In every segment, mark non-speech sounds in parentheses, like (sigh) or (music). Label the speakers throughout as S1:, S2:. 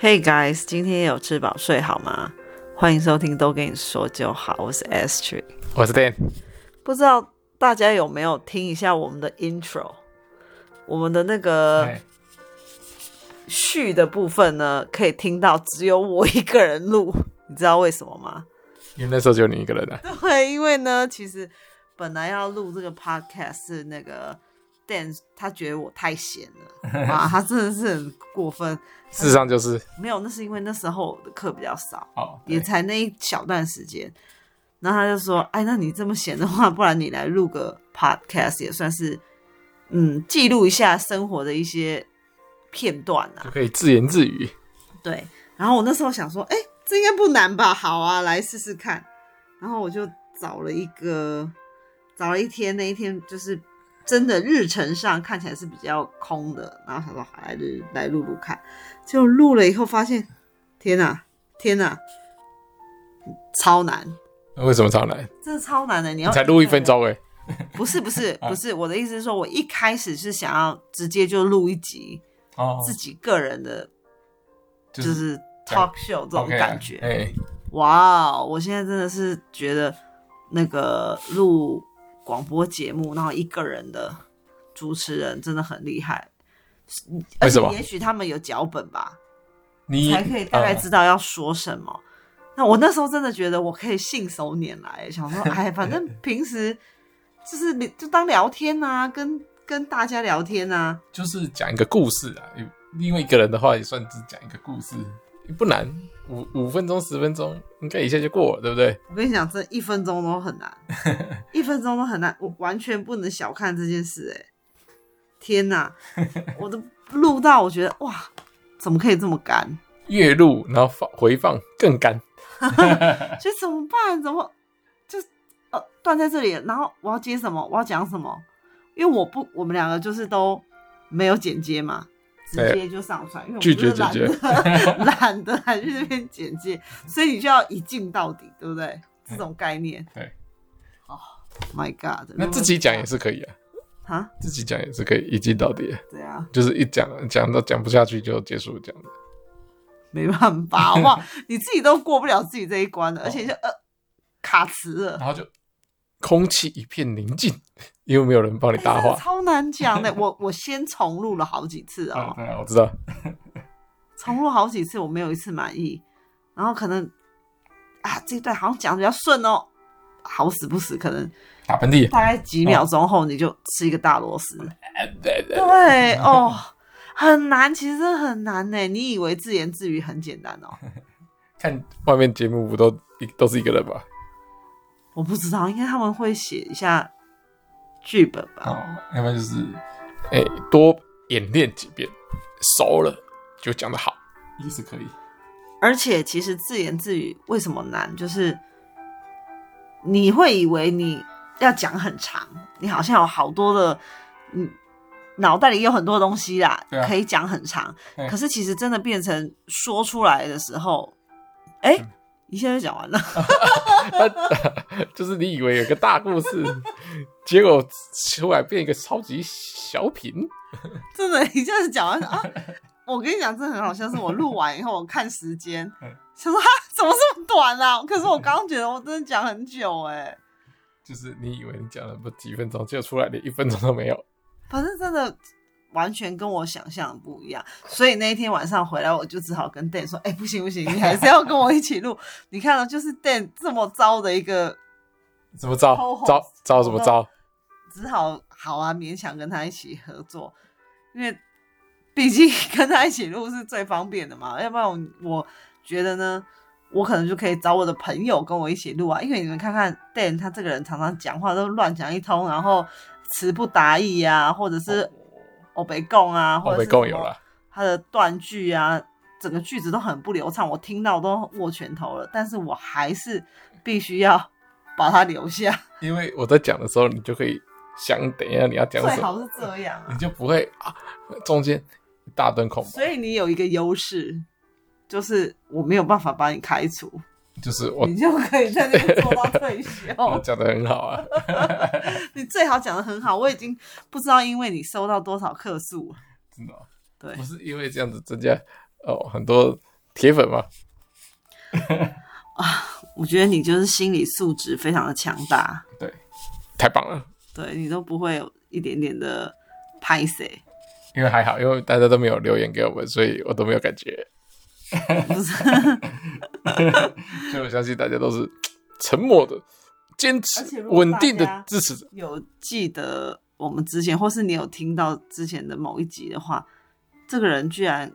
S1: Hey guys，今天有吃饱睡好吗？欢迎收听都跟你说就好，我是 S Tree。
S2: 我是 Dan，
S1: 不知道大家有没有听一下我们的 intro？我们的那个
S2: 哎
S1: 序的部分呢，可以听到只有我一个人录，你知道为什么吗？ (laughs)
S2: 因为那时候只有你一个人啊。
S1: 对，因为呢，其实本来要录这个 podcast 是那个 Dan 他觉得我太闲了，哇，他真的是很过分。
S2: 事实上就是
S1: 没有，那是因为那时候我的课比较少，
S2: 哦，
S1: 也才那一小段时间。然后他就说：“哎，那你这么闲的话，不然你来录个 podcast 也算是，嗯，记录一下生活的一些片段啊
S2: 就。可以自言自语。”
S1: 对。然后我那时候想说：“哎，这应该不难吧？好啊，来试试看。”然后我就找了一个，找了一天，那一天就是真的日程上看起来是比较空的。然后他说：“好，来来录录看。”结果录了以后发现，天哪、天哪、超难！
S2: 那为什么超难？
S1: 真的超难的，你
S2: 你
S1: 要
S2: 才录一分。钟啊哎，
S1: (laughs) 不是不是不是，我的意思是说，我一开始是想要直接就录一集
S2: 哦
S1: 自己个人的，
S2: 就
S1: 就是 talk show 这种感觉。
S2: 哎，
S1: 哇哦，我现在真的是觉得那个录广播节目，然后一个人的主持人真的很厉害。
S2: 为什么
S1: 而且也许他们有脚本吧，
S2: 你
S1: 才可以大概
S2: 嗯
S1: 知道要说什么。那我那时候真的觉得我可以信手拈来，想
S2: (laughs)
S1: 说，哎，反正平时就是你就当聊天啊，跟跟大家聊天啊，
S2: 就是讲一个故事啊。因为一个人的话，也算是讲一个故事，不难，五五分钟、十分钟，应该一下就过了，对不对？
S1: 我跟你讲，这一分钟都很难，一分钟都很难，我完全不能小看这件事、哎，天哪，我都录到我觉得哇，怎么可以这么干？
S2: 越录然后放回放更干，
S1: 所以怎么办？怎么就呃断在这里？然后我要接什么？我要讲什么？因为我不，我们两个就是都没有剪接嘛，直
S2: 对
S1: 接就上传，因为我
S2: 哎拒绝
S1: 就是懒
S2: 剪接
S1: 得 (laughs) 懒得还去那边剪接，所以你就要一镜到底，对不对？
S2: 哎
S1: 这种概念。
S2: 对。
S1: 哦、m y God！
S2: 那自己讲也是可以啊，
S1: 啊，
S2: 自己讲也是可以一镜到底啊，
S1: 对啊，
S2: 就是一讲讲到讲不下去就结束这样子。
S1: 没办法，好不
S2: (laughs)
S1: 好？你自己都过不了自己这一关了，而且
S2: 哦
S1: 就呃卡词了。
S2: 然后就空气一片宁静， (laughs) 因为没有人帮你搭
S1: 真的
S2: 话。 (laughs)
S1: 超难讲的，我我先重录了好几次哦，
S2: 啊，对啊，我知道。
S1: 重录好几次，我没有一次满意。然后可能啊，这一段好像讲得比较顺哦，好死不死，可能
S2: 打喷嚏， (laughs)
S1: 大概几秒钟后你就吃一个大螺丝。
S2: 对
S1: 对哦，很难，其实真的很难呢。你以为自言自语很简单哦？
S2: 看外面节目不都一都是一个人吧？
S1: 我不知道，应该他们会写一下剧本吧？
S2: 哦，要不然就是，哎、多演练几遍，熟了就讲得好，也是可以。
S1: 而且其实自言自语为什么难，就是你会以为你要讲很长，你好像有好多的，嗯，脑袋里有很多东西啦，
S2: 对啊
S1: 可以讲很长。
S2: 嗯
S1: 可是其实真的变成说出来的时候，哎、
S2: 嗯
S1: 一下就讲完了。
S2: (laughs)
S1: (laughs)
S2: 就是你以为有个大故事， (laughs) 结果出来变一个超级小品。
S1: 真的，你这样子讲完啊， (laughs) 我跟你讲，真的很好笑，是我录完以后，我看时间
S2: 嗯，
S1: 想说哈，怎么这么短啊？可是我刚刚觉得我真的讲很久哎、
S2: 就是你以为你讲了不几分钟，结果出来连一分钟都没有。
S1: 反正真的完全跟我想象的不一样，所以那一天晚上回来，我就只好跟 Dan 说：“哎、不行不行，你还是要跟我一起录。”你看啊到就是 Dan 这么糟的一个，
S2: 什么招
S1: 偷？
S2: 招招哦什
S1: 我
S2: 么
S1: 都
S2: 招？
S1: 只好好啊，勉强跟他一起合作，因为毕竟 (laughs) 跟他一起录是最方便的嘛。要不然我我觉得呢，我可能就可以找我的朋友跟我一起录啊，因为你们看看 Dan 他这个人常常讲话都乱讲一通，然后词不达意啊，或者
S2: 哦
S1: 是。欧北贡啊，或
S2: 我
S1: 者
S2: 被
S1: 是什么
S2: 哦共有了。
S1: 他的断句啊，整个句子都很不流畅，我听到都握拳头了，但是我还是必须要把它留
S2: (laughs)
S1: 下，
S2: 因为我在讲的时候，你就可以想等一下你要讲
S1: 最
S2: 什么，
S1: 好是这样啊。
S2: 你就不会啊中间一大段空白。
S1: 所以你有一个优势，就是我没有办法把你开除，
S2: 就是我
S1: 你就可以在那边做到退休。
S2: (laughs) 我讲的很
S1: (laughs)
S2: 好啊，
S1: 你最好讲的很好，我已经不知道因为你收到多少客诉了。
S2: 真的哦
S1: 对
S2: 不，是因为这样子增加哦很多铁粉吗？
S1: 我觉得你就是心理素质非常的强大，
S2: 对，太棒了，
S1: 对你都不会有一点点的拍谁，
S2: 因为还好，因为大家都没有留言给我们，所以我都没有感觉，
S1: 不是？
S2: 所以我相信大家都是沉默的、坚
S1: 而且
S2: 持、
S1: 如果
S2: 稳定
S1: 大家
S2: 的支持者。
S1: 有记得我们之前，或是你有听到之前的某一集的话，这个人居然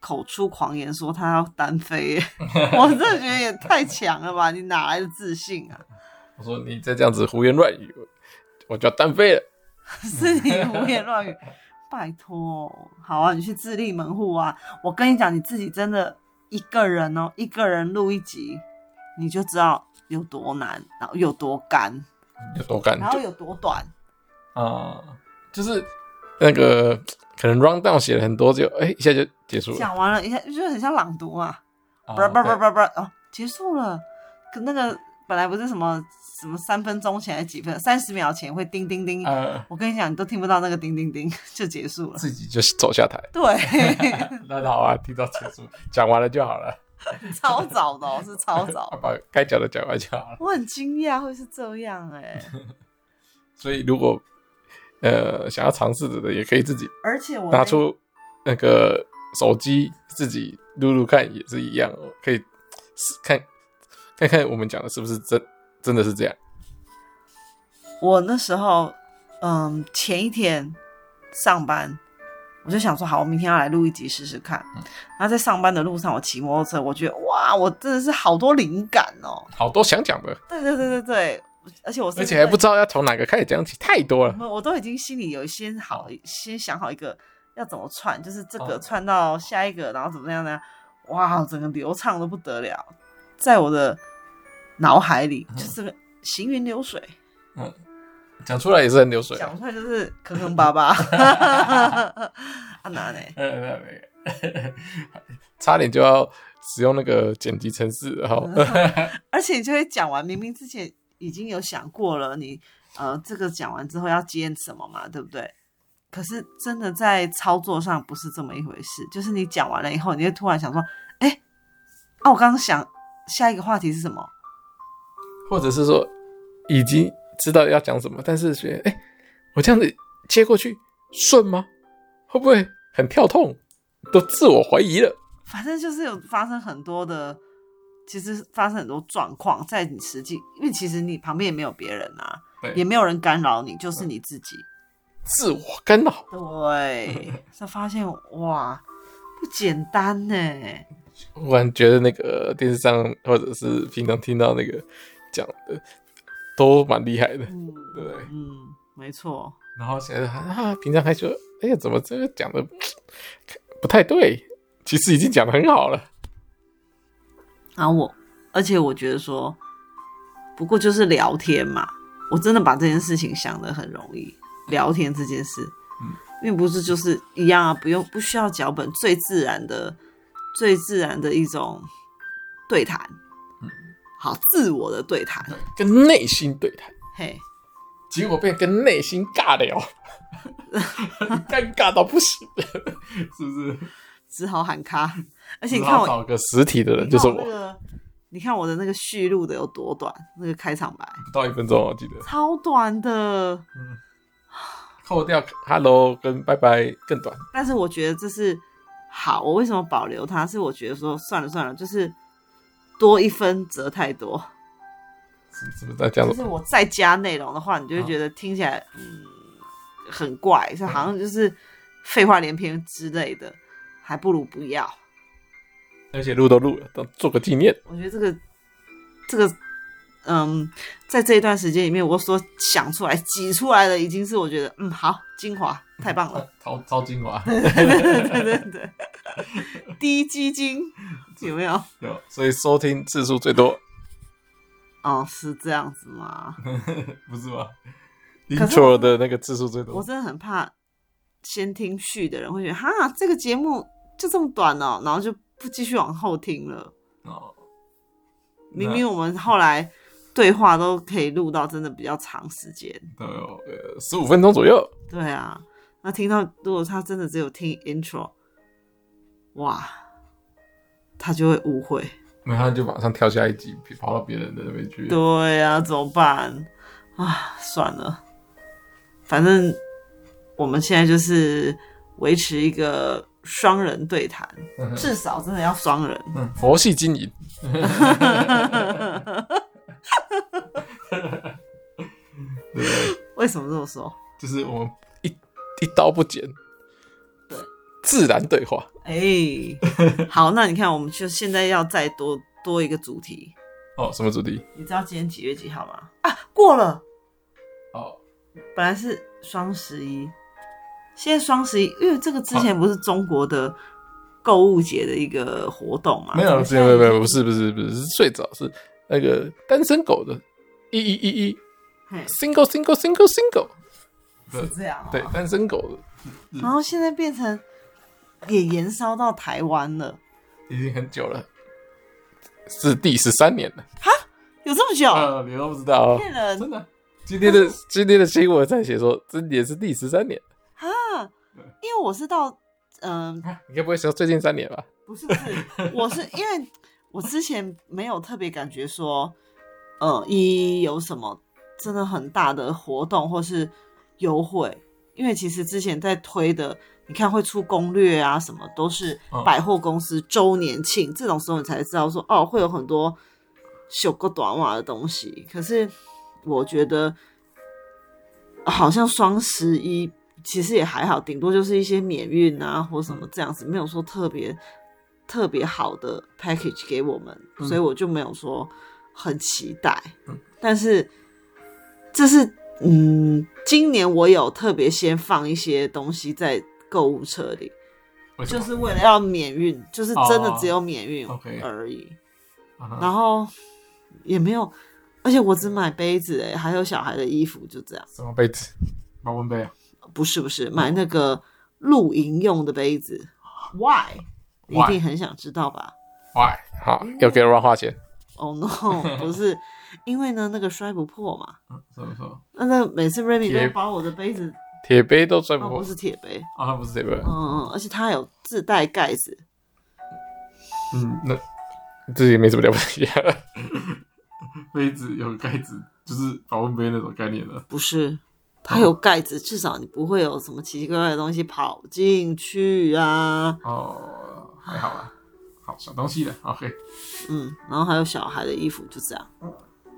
S1: 口出狂言说他要单飞耶，我真的觉得也太强了吧！你哪来的自信啊？ (laughs)
S2: 我说你再这样子胡言乱语，我就要单飞了。
S1: 是你胡言乱语，拜托，好啊，你去自立门户啊！我跟你讲，你自己真的一个人哦，一个人录一集，你就知道有多难，然后有多干，
S2: 有多干
S1: 然后有多短。
S2: 啊、就是那个可能 round down 写了很多就，哎一下就结束了，
S1: 讲完了一下，就是很像朗读嘛。
S2: 啊
S1: 不是不是不
S2: 对
S1: 是不是不是哦，结束了。可那个本来不是什么什么三分钟前还是几分，三十秒前会叮叮叮。
S2: 呃，
S1: 我跟你讲，你都听不到那个叮叮 (laughs) 叮就结束
S2: (laughs)
S1: 了。
S2: 自己就走下台，
S1: 对， (laughs)
S2: 那好啊，听到结束，讲完了就好了，
S1: 超早的、哦，是超
S2: 啊
S1: 早。
S2: (laughs) 把该讲的讲完就好了。
S1: 我很惊讶会是这样哎、
S2: (laughs) 所以如果呃想要尝试的，也可以自己
S1: 而且我
S2: 拿
S1: 那
S2: 出呃那个手机自己录录看，也是一样哦，可以试看看看我们讲的是不是真真的是这样。
S1: 我那时候嗯前一天上班，我就想说好，我明天要来录一集试试看。
S2: 嗯
S1: 然后在上班的路上，我骑摩托车，我觉得哇，我真的是好多灵感哦。
S2: 好多想讲的，
S1: 对对对对对，而且我是
S2: 而且还不
S1: 对
S2: 知道要从哪个开始讲起，太多了。
S1: 我我都已经心里有先好先想好一个要怎么串，就是这个
S2: 哦
S1: 串到下一个，然后怎么样呢？哇，整个流畅的不得了，在我的脑海里
S2: 嗯
S1: 就是个行云流水，
S2: 讲出来也是很流水啊。
S1: 讲出来就是坑坑巴巴。 (laughs) 啊哪呢？
S2: 呃，没有没有， (laughs) 差点就要使用那个剪辑程式了哈。
S1: 嗯而且你就会讲完，明明之前已经有想过了你，呃这个讲完之后要接什么嘛，对不对？可是真的在操作上不是这么一回事，就是你讲完了以后，你就突然想说，哎，啊，我刚刚想下一个话题是什么？
S2: 或者是说已经知道要讲什么，但是觉得哎、我这样子接过去顺吗？会不会很跳痛？都自我怀疑了。
S1: 反正就是有发生很多的，其实发生很多状况，在你实际，因为其实你旁边也没有别人啊，
S2: 对
S1: 也没有人干扰你，就是你自己。
S2: 自我干扰，
S1: 对，才发现哇，不简单呢、
S2: 忽然觉得那个电视上或者是平常听到那个讲的都蛮厉害的，
S1: 嗯，
S2: 对不对？
S1: 嗯，没错，
S2: 然后现在啊，平常还说，哎呀，怎么这个讲的不太对？其实已经讲的很好了。
S1: 然后我，而且我觉得说，不过就是聊天嘛，我真的把这件事情想得很容易，聊天这件事，
S2: 嗯，
S1: 并不是就是一样啊，不用不需要脚本，最自然的、最自然的一种对谈，
S2: 嗯
S1: 好，自我的对谈，
S2: 跟内心对谈，
S1: 嘿，
S2: 结果变跟内心尬聊， (laughs) 尴尬到不行， (laughs) 是不是？
S1: 只好喊
S2: (laughs)
S1: 咖，而且
S2: 只
S1: 你看
S2: 好
S1: 我
S2: 找个实体的人，
S1: 你看
S2: 就是
S1: 那
S2: 我，
S1: 个你看我的那个续录的有多短，那个开场白
S2: 不到一分钟，我记得
S1: 超短的，
S2: 扣掉 “hello” 跟“拜拜”更短。
S1: 但是我觉得这是好，我为什么保留它？是我觉得说算了算了，就是多一分则太多。
S2: 是是不是在讲
S1: 就
S2: 什
S1: 是
S2: 么？
S1: 我再加内容的话，你就会觉得听起来嗯很怪，是好像就是废话连篇之类的，还不如不要。
S2: 而且录都录了，都做个纪 (laughs) 念。
S1: 我觉得这个这个嗯，在这一段时间里面，我所想出来挤出来的，已经是我觉得嗯好精华，太棒
S2: (laughs)
S1: 了。
S2: 超超精华，
S1: 对对对对对，低基金有没有？
S2: 有，所以收听次数最 (laughs) 多，
S1: 哦，是这样子吗？
S2: 不是吗
S1: 可是我
S2: ？intro 的那个次数最
S1: 我
S2: 多，
S1: 真的很怕先听序的人会觉得，哈，这个节目就这么短哦，然后就不继续往后听了。
S2: 哦，啊
S1: 明明我们后来对话都可以录到真的比较长时间。
S2: 都有呃十五分钟左右，
S1: 对啊，那听到如果他真的只有听 intro，哇，他就会误会。
S2: 那他就马上跳下一集，跑到别人的那边去。
S1: 对啊，怎么办啊？算了，反正我们现在就是维持一个双人对谈，
S2: 嗯
S1: 至少真的要双人。
S2: 嗯，佛系经营。对，
S1: 为什么这么说？
S2: 就是我们一一刀不剪，
S1: 对，
S2: 自然对话。 (laughs)
S1: 哎、好，那你看，我们就现在要再多多一个主题。
S2: 哦，什么主题？
S1: 你知道今天几月几号吗？啊，过了，
S2: 哦，
S1: 本来是双十一，现在双十一，因为这个之前不是中国的购物节的一个活动嘛？
S2: 没有，
S1: 怎
S2: 没
S1: 么
S2: 有，没
S1: 现在
S2: 有没
S1: 已经
S2: 有，不是，不是，不是，是最早是那个单身狗的，一一一一
S1: 嘿
S2: ，single single single single，
S1: 是这样、哦
S2: 对，单身狗的
S1: 然后现在变成也延烧到台湾了，
S2: 已经很久了，是第十三年了。
S1: 有这么久？
S2: 啊，你都不知道哦
S1: 骗人
S2: 真的。今天的今天的新闻在写说，这也是第十三年。
S1: 哈，因为我是到，嗯、
S2: 你该不会说最近三年吧？
S1: 不是不是，我是因为我之前没有特别感觉说，呃，一有什么真的很大的活动或是优惠，因为其实之前在推的，你看会出攻略啊，什么都是
S2: 嗯
S1: 百货公司周年庆、这种时候，你才知道说哦，会有很多小个短袜的东西。可是我觉得好像双十一其实也还好，顶多就是一些免运啊或什么
S2: 嗯
S1: 这样子，没有说特别特别好的 package 给我们，
S2: 嗯
S1: 所以我就没有说很期待
S2: 嗯。
S1: 但是这是嗯，今年我有特别先放一些东西在购物车里，
S2: 为什
S1: 就
S2: 么
S1: 是为了要免运，就是真的
S2: 哦
S1: 只有免运
S2: OK
S1: 而已。
S2: 啊哈
S1: 然后也没有，而且我只买杯子哎、还有小孩的衣服，就这样。
S2: 什么杯子？保温杯啊？
S1: 不是不是，买那个露营用的杯子。Why？你一
S2: Why？
S1: 定很想知道吧
S2: Why？好，又给人乱花钱。
S1: ？Oh no，不
S2: (laughs)
S1: 是，因为呢那个摔不破嘛。
S2: 什么什么？
S1: 那那每次 Remy
S2: 铁
S1: 都把我的杯子，
S2: 铁杯都摔不
S1: 哦
S2: 破
S1: 不是铁杯，
S2: 啊？它不是铁杯。
S1: 嗯嗯，而且它还有自带盖子，
S2: 嗯，那这也没什么了不起啊。 (laughs) 杯子有盖子，就是保温杯那种概念的。
S1: 不是，它有盖子，至少你不会有什么奇奇怪怪的东西跑进去啊。
S2: 哦，还好啦，好小东西的。OK，
S1: 嗯，然后还有小孩的衣服，就这样。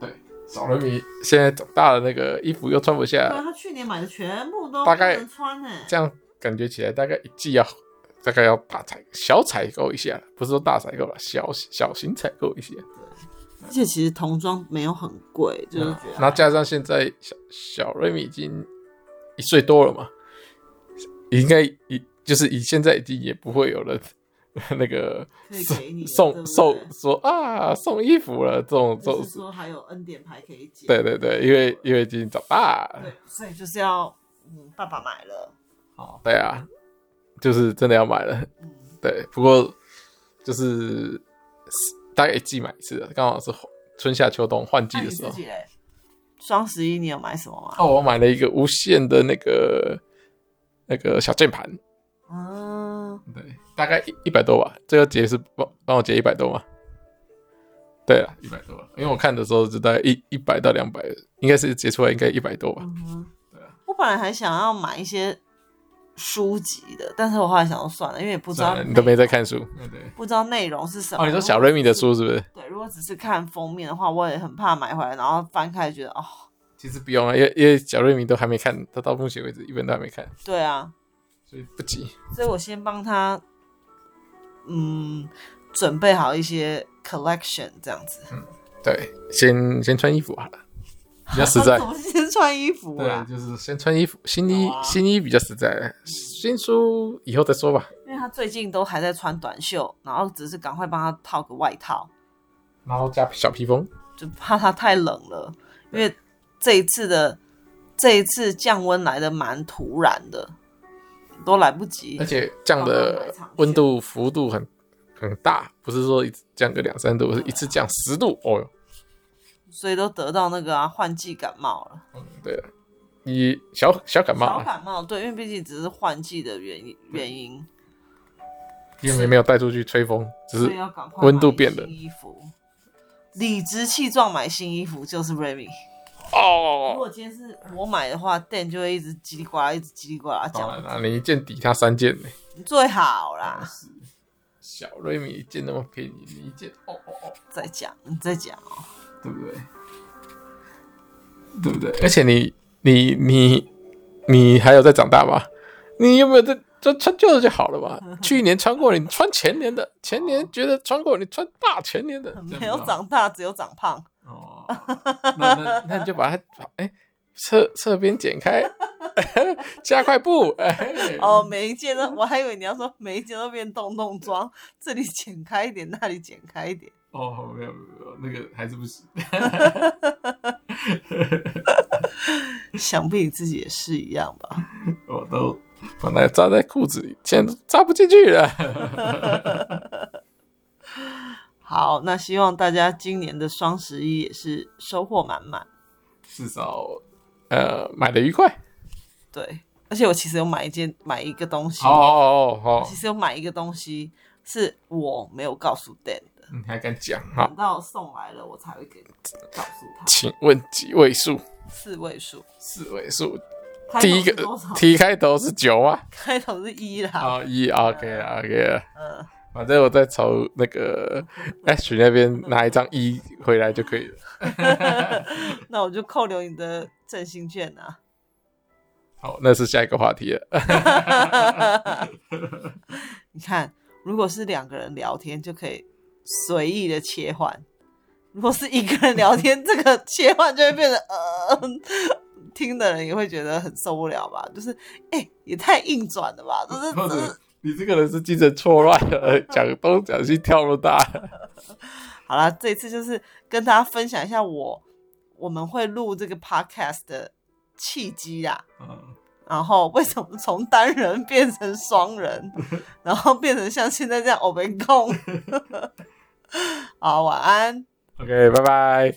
S2: 对，少了米，现在长大了，那个衣服又穿不
S1: 对啊，
S2: 下，
S1: 他去年买的全部都
S2: 呃大
S1: 不
S2: 概
S1: 能穿欸呢、
S2: 这样感觉起来大概一季要大概要大采小采购一下，不是说大采购了，小小型采购一下。
S1: 而且其实童装没有很贵，就是
S2: 嗯
S1: 觉得还
S2: 然后加上现在小小瑞米已经一岁多了嘛，应该已就是以现在已经也不会有人 (laughs) 那个
S1: 可以给你了
S2: 送
S1: 对不对
S2: 送说啊送衣服了这种这
S1: 就
S2: 种
S1: 是，说还有恩典牌可以捡。
S2: 对对对，因为因为已经长大了，
S1: 对，所以就是要嗯，爸爸买了，
S2: 对啊，就是真的要买了，
S1: 嗯，
S2: 对，不过就是大概一季买一次的，刚好是春夏秋冬换季
S1: 那你
S2: 的时
S1: 自
S2: 候。
S1: 己嘞？双十一你有买什么吗？
S2: 哦，我买了一个无线的那个那个小键盘，
S1: 嗯，
S2: 对，大概一一百多吧。最后结是帮帮我结一百多嘛？对啊，一百多了，因为我看的时候就大概一一百到两百，应该是结出来应该一百多吧。
S1: 嗯哼
S2: 对啊，
S1: 我本来还想要买一些书籍的，但是我后来想说算了，因为也不知
S2: 算
S1: 道
S2: 了，你都没在
S1: 内
S2: 看书。对。
S1: 不知道内容是什么。
S2: 哦，你说小瑞米的书是不是？
S1: 对，如果只是看封面的话，我也很怕买回来，然后翻开觉得哦，
S2: 其实不用啊，因为因为小瑞米都还没看，他到目前为止一本都还没看，
S1: 对啊，
S2: 所以不急。
S1: 所以我先帮他，嗯，准备好一些 collection 这样子，
S2: 对，先先穿衣服好了，比较实在
S1: 怎。么先穿衣服
S2: 对，
S1: 啊？
S2: 就是先穿衣服，新衣、
S1: 好啊
S2: 新衣比较实在，新书以后再说吧。
S1: 因为他最近都还在穿短袖，然后只是赶快帮他套个外套，
S2: 然后加小披风，
S1: 就怕他太冷了，因为这一次的这一次降温来的蛮突然的，都来不及
S2: 而。且降的温度幅度很很大，不是说一次降个两三度，是一次降十度。哦哟，
S1: 所以都得到那个啊换季感冒了，
S2: 嗯对了，你小小感冒
S1: 小
S2: 啊，
S1: 感冒对，因为毕竟只是换季的原因原因。
S2: 因为没有带出去吹风，只
S1: 所
S2: 是
S1: 以要赶快
S2: 温度
S1: 买
S2: 变冷
S1: 新衣服，理直气壮买新衣服就是 Remy。如
S2: 哦。
S1: 果今天是我买的话，Dan 就会一直叽里呱啦，一直叽里呱啦
S2: 当
S1: 讲，
S2: 然啦，你一件抵他三件呢、
S1: 最好啦，
S2: 小瑞米一件那么便宜，你一件哦哦哦，
S1: 再讲，你再讲哦。
S2: 对不对？对不对？而且你你你你还有在长大吗？你有没有在就穿旧的就好了
S1: (laughs)
S2: 嘛？去年穿过你穿前年的，前年觉得穿过你穿大前年的，这样
S1: 没有
S2: 子啊
S1: 长大，只有长胖。 (laughs)
S2: 哦，那那那你就把它哎侧侧边剪开， (laughs) 加快步，哎，
S1: 哦，每一件都，我还以为你要说每一件都变洞洞装， (laughs) 这里剪开一点，那里剪开一点。
S2: 哦，没有没有，没有，那个还是不行。
S1: 想必你自己也是一样吧？
S2: 我都本来扎在裤子里，现在都扎不进去了。
S1: 好，那希望大家今年的双十一也是收获满满。
S2: 至少呃买的愉快。
S1: 对，而且我其实有买一件买一个东西，
S2: 哦哦哦
S1: 我其实有买一个东西是我没有告诉 Dan 的，
S2: 你还敢讲哈
S1: 等？到送来了我才会给告诉他，
S2: 请问几位数？
S1: 四位数。
S2: 四位数，
S1: 开头
S2: 第一
S1: 是
S2: 个
S1: 多少
S2: T 开头是九吗？
S1: 开头是一啦，
S2: 哦，一 OK 了 OK 了。
S1: 嗯，
S2: 反正我再从
S1: (laughs)
S2: 那个 H 那边拿一张一回来就可以了。
S1: 那我就扣留你的振兴券啊。 (laughs)
S2: 好，那是下一个话题了。
S1: 你看，如果是两个人聊天，就可以随意的切换；如果是一个人聊天，这个切换就会变得呃，听的人也会觉得很受不了吧？就是，哎、也太硬转了吧？这是
S2: 或
S1: 这是
S2: 者你这个人是精神错乱
S1: (laughs)
S2: 了，讲东讲西跳那么大。
S1: 好啦，这一次就是跟大家分享一下我我们会录这个 podcast 的契机啦。
S2: 嗯
S1: 然后为什么从单人变成双人，然后变成像现哦 (laughs) 在这样欧贝控？好，晚安。
S2: OK，拜拜。